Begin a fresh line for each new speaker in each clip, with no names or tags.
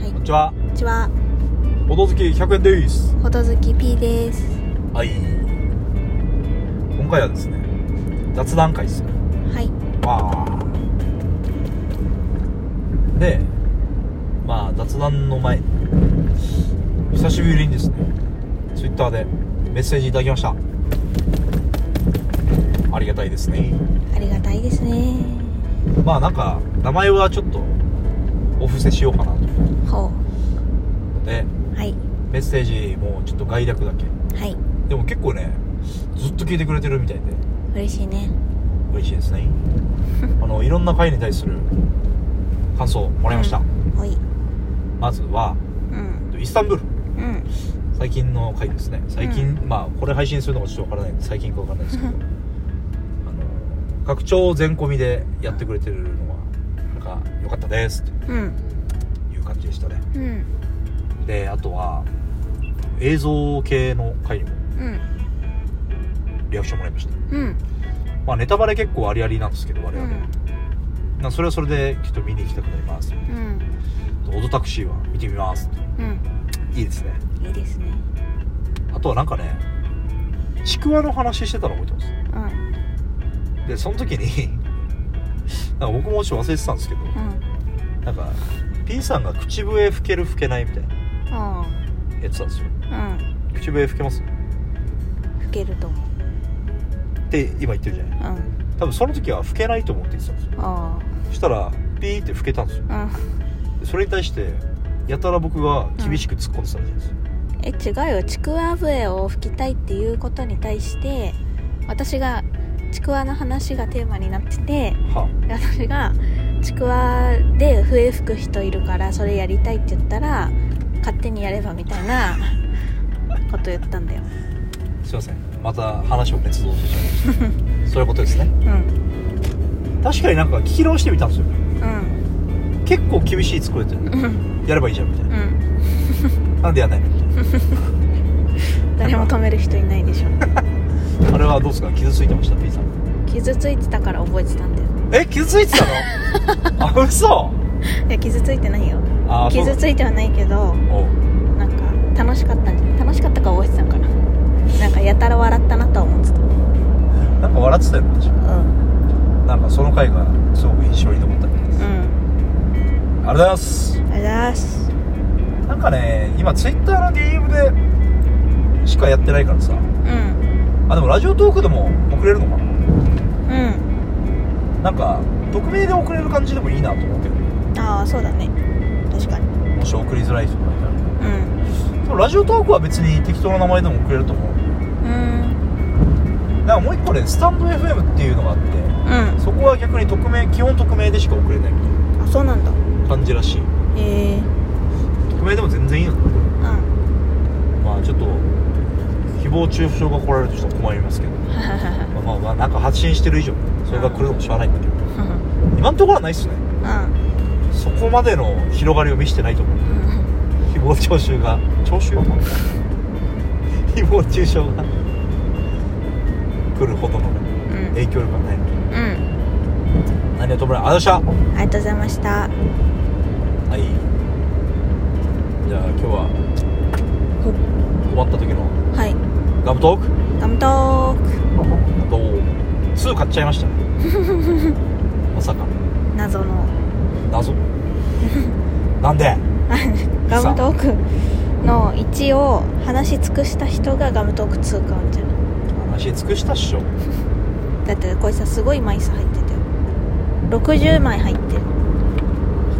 んにちは
こんにちは
ボト好き100円です
ほとずき P です
はい今回はですね雑談会です
はい
わーでまあ雑談の前久しぶりにですねツイッターでメッセージいただきましたありがたいですね
ありがたいですね
まあなんか名前はちょっとお伏せしようかなと思
ほ
って
うはい
メッセージもちょっと概略だけ
はい
でも結構ねずっと聞いてくれてるみたいで
嬉しいね
嬉しいで すねあのいろんな回に対する感想もらいました、
うんほい
まずは
うん
イスタンブール
うん
最近の回ですね最近、まあこれ配信するのがちょっとわからない最近かわからないですけどあの拡張全込みでやってくれてるのはなんか良かったですと
うん
いう感じでしたね
うん
であとは映像系の回にも
うん
リアクションもらいました
うん
まあネタバレ結構ありありなんですけど我
う
々、
ん
なそれはそれでちょっと見に行きたくなります
うん
オドタクシーは見てみます
うん
いいですね
いいですね
あとはなんかねちくわの話してたの覚えてます
うん
でその時に なんか僕もちょっと忘れてたんですけど
うん
なんか P さんが口笛吹ける吹けないみたいな
あ
やってたんですよ
あうん
口笛吹けますっ
老けると思う
て今言ってるじゃない
うん
多分その時は吹けないと思って言ってたんですよ
あ
そしたらピーって吹けたんですよ
あ
でそれに対してやたら僕が厳しく突っ込んでたらしいんですよ、
うんえ違うよちくわ笛を吹きたいっていうことに対して私がちくわの話がテーマになってて
は
私がちくわで笛吹く人いるからそれやりたいって言ったら勝手にやればみたいなこと言ったんだよ
あ、すいませんまた話を捏造してしまいましたそういうことですね
うん
確かになんか聞き直してみたんですよ
うん
結構厳しい作れてる
うん
やればいいじゃんみたいな
うん
なんでやんないのみたい
誰も止める人いないでしょ
なあれはどうですか傷ついてました P さん
傷ついてたから覚えてたんだよ
え傷ついてた のあ嘘
いや傷ついてないよ
あそう
傷ついてはないけど
おう
なんか楽しかったんじゃない楽しかったか覚えてたのかななんかやたら笑ったなとは思ってた
なんか笑ってたよね確か
うん
なんかその回がすごく印象に残ったみたいです、
うん
ありがとうございま
あり
す
がとうございます
なんかね今 Twitter の DM でしかやってないからさ
うん
あでもラジオトークでも送れるのかな
う
なんか匿名で送れる感じでもいいなと思って
ん
る
ああそうだね確かに
もし送りづらい人がいたら
うん
でもラジオトークは別に適当な名前でも送れると思う
うん
なんかもう一個ねスタンド FM っていうのがあって
うん
そこは逆に匿名基本匿名でしか送れないみた
あそうなんだ
いな感じらしい
へえ
匿名でも全然いいの
うん
まあちょっと誹謗中傷が来られるとちょっと困りますけど、
はは
まあ、まあまあなんか発信してる以上それが来るのもしゃあないんだけど今のところはないっすね
は
そこまでの広がりを見せてないと思う
うん
誹謗中傷が聴衆誹謗中傷が来るほどの
うん
影響力はない
うん
何をともないありがとうございまし
ありがとうございました
たはいじゃあ今日は困った時の
はい
ガムトーク
ガムトー
あと2買っちゃい ましたねまさか
ク謎の
謎なんで
ガムトークの1を話し尽くした人がガムトーク2買うんじゃない
話し尽くしたっしょ
だってこれさすごい枚数入ってたよ60枚入ってる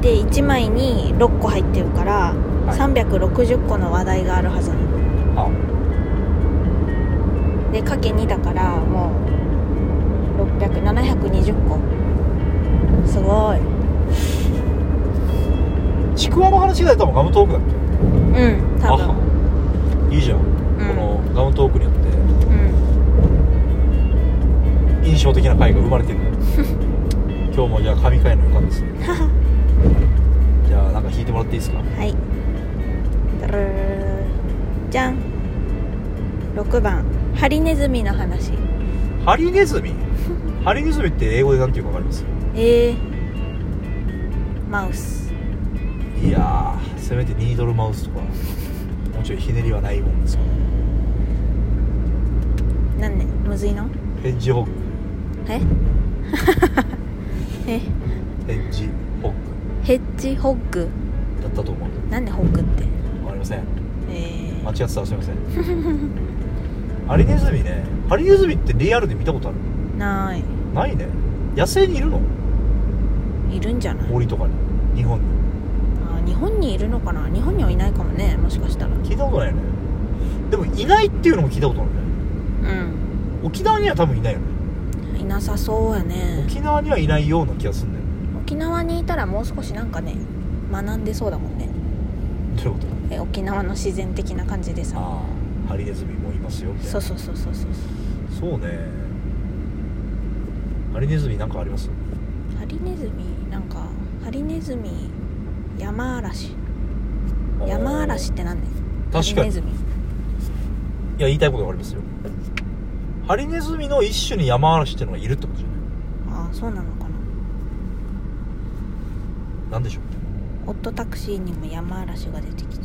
で1枚に6個入ってるから
はい
360個の話題があるはずなの
あ
でかけ2だからもう600720個すごい
ちくわの話が出たのガムトークだっけ
うん多分
あいいじゃん、
ん
このガムトークによっ
うん
て印象的な回が生まれてるんだ 今日もじゃあ神回の予感ですねじゃあなんか弾いてもらっていいですか
はいだるるじゃん6番ハリネズミの話
ハリネズミハリネズミって英語でなんていうかわかります
えー、マウス
いいやーせめてニードルマウスとかもうちょいひねりはないもんですよ
なんでむずいの
ヘッジホッグ
え え
ヘッジホッグ
ヘッジホッグ
だったと思う
なんでホッグって
分かりません
え
間違ってたらすいませんハリネズミねハリネズミってリアルで見たことある
ー、ない
ないね野生にいるの
いるんじゃない
森とかに日本に
あ日本にいるのかな日本にはいないかもねもしかしたら
聞いたことないよねでもいないっていうのも聞いたことあるね
うん
沖縄には多分いないよね
いなさそうやね
沖縄にはいないような気がするんだよ
沖縄にいたらもう少しなんかね学んでそうだもんね
どういうこと
え沖縄の自然的な感じでさ
ああハリネズミもいますよみたいな
そうそうそうそうそう
そうねハリネズミなんかあります
ハリネズミなんかハリネズミ山嵐山嵐って何ね
確か
ハリ
にい
ネズミ
や言いたいことがありますよハリネズミの一種に山嵐っていうのがいるってことじゃない
ああそうなのかな
なんでしょう
オットタクシーにも山嵐が出てきちゃ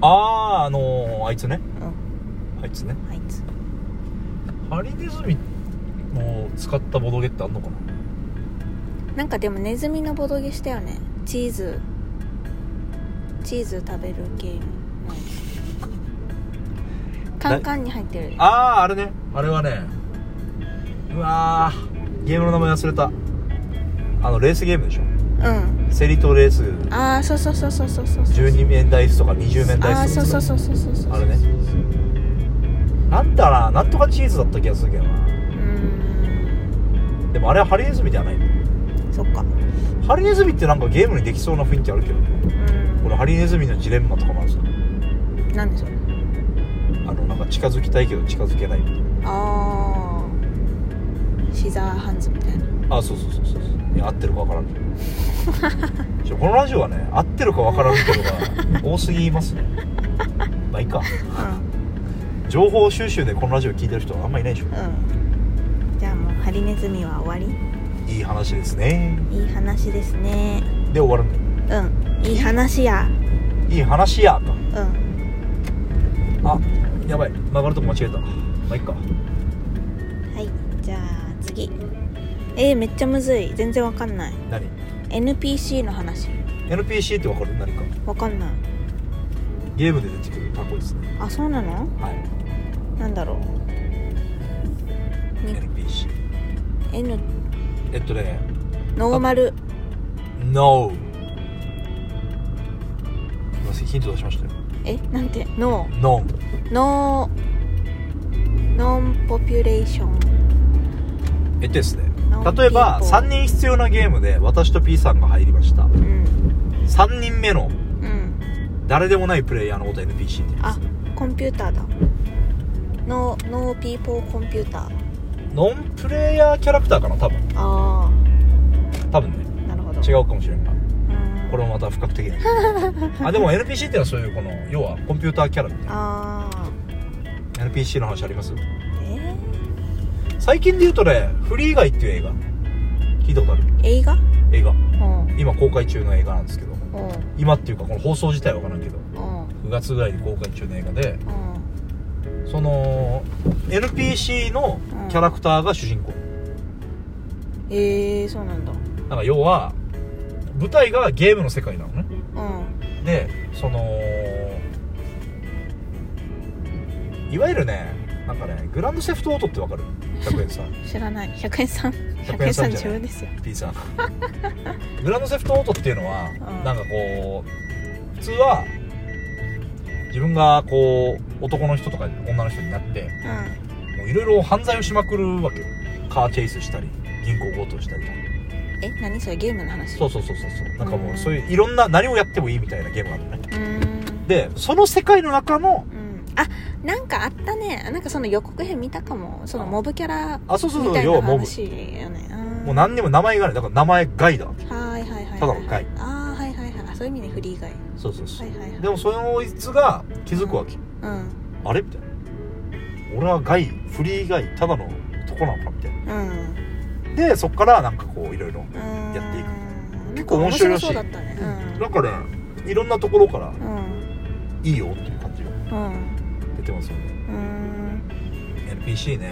あああのー、あいつね
うう
あいつね
んあいつ
ハリネズミを使ったボドゲってあんのかな
なんかでもネズミのボドゲしたよねチーズチーズ食べるゲームのやつカンカンに入ってる
あああれねあれはねうわーゲームの名前忘れたあのレースゲームでしょ
うん
セリとレース
ああそうそうそうそうそうそうそう
12面ダイスとか20面
あ
ダ
あ
イスと
そう
か
そうそうそうそうそう
あれねなんだななんとかチーズだった気がするけど
う
な
ー
でもあれはハリネズミではない
んそっかう
ハリネズミってなんかゲームにできそうな雰囲気あるけどこ
ー
れハリネズミのジレンマとかもあるさ
んなんでそれ
あのなんか近づきたいけど近づけないみたい
ああシザーハンズみたいな
なあそうそうそうそういや合ってるかわからんけどちょこのラジオはね合ってるかわからんけどが多すぎますねまあいいか情報収集でこのラジオ聞いてる人はあんまいないでしょ
うんうんじゃあもうハリネズミは終わ
いい話ですね
りいい話ですね
で終わるん
うんいい話や
だいい話やと
うん
あやばい曲がるとこ間違えたまあいいか
はいじゃあ次えー、めっちゃむずい全然わかんない
何
NPC の話
NPC ってわかる何か
わかんない
ゲームで出てくるタコですね
あそうなの
はい
なんだろうに
NPC
N
えっとね
ノーマル
NO 今ヒント出しましたよ
えなんてノ
NO
ーノーノンポピュレーション
えっとですね
No
例えば
people
3人必要なゲームで私と P さんが入りました
うん
3人目の
うん
誰でもないプレイヤーのこと NPC って言いま
あ
す
コンピューターだノーノーピーポーコンピューター
ノンプレイヤーキャラクターかな多分
あ
多分ね
あなるほど
違
う
うかもしれんが
ん
これもまた深 く的なあでも NPC っていうのはそういうこの要はコンピューターキャラみたいな
ああ
NPC の話あります
え
最近で言うとね「フリーガイ」っていう映画聞いたことある
ー、映画
映画
うんうん
今公開中の映画なんですけど
うん
今っていうかこの放送自体は分からんけど
うん
9月ぐらいに公開中の映画でその NPC のキャラクターが主人公、
えー、そうなんだ
なんか要は舞台がゲームの世界なのね
う
でそのいわゆるねなんかねグランドセフトオートって分かる100円さん
ん知らない100円さん100
100
円
円
さ
さ
ん
んじゃな
自
い
分ですよ
P さんグランドセフトオートっていうのは、
ん
なんかこう普通は自分がこう男の人とか女の人になって
う
もういろいろ犯罪をしまくるわけよカーチェイスしたり銀行強盗したりとか
んえ何それゲームの話
そうそうそうそうそうなんかも
うん
うそういういろんな何をやってもいいみたいなゲームがあるのね
うーん
でその世界の中の
うんあなんかあったねなんかその予告編見たかもそのモブキャラ
あそうそう
み
そ
た
う
い
要
な
はモブ
話よねうん
もう何にも名前がないだから名前ガイだ
はいはいはい
ただのガイ
ああはいはいはいあそういう意味でフリーガイ
そうそうそ
は
う
いはいはい
でもそのいつが気づくわけ
うん
あれみたいな俺はガイフリーガイただの男なのかみたいな
うん
でそっからなんかこういろいろ
うん
やっていく
なんか
結構面白いらし
面白そ
い
うだったね
なんかねいろんなところから
うん
いいよっていう感じが
うん
出てますよね
うーん
NPC ね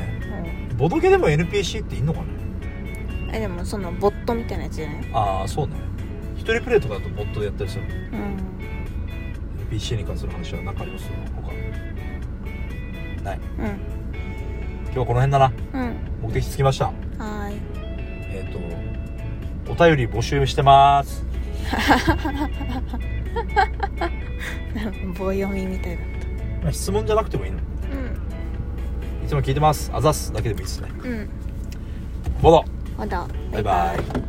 うん
ボドゲでも NPC っていんのかね
えでもそのボットみたいなやつじゃない
ああそうね一人プレイとかだとボットでやったりする
うん
NPC に関する話は何かあります他ない
うん
今日はこの辺だな
うん
目的つきました
はーい
えっ、とお便り募集してます
なんか 棒読みみたいだっ
まあ質問じゃなくてもいいのい
たうん
つも聞いてますあざっすだけでもいいっすね
うん
ボド
ほど
バイバイ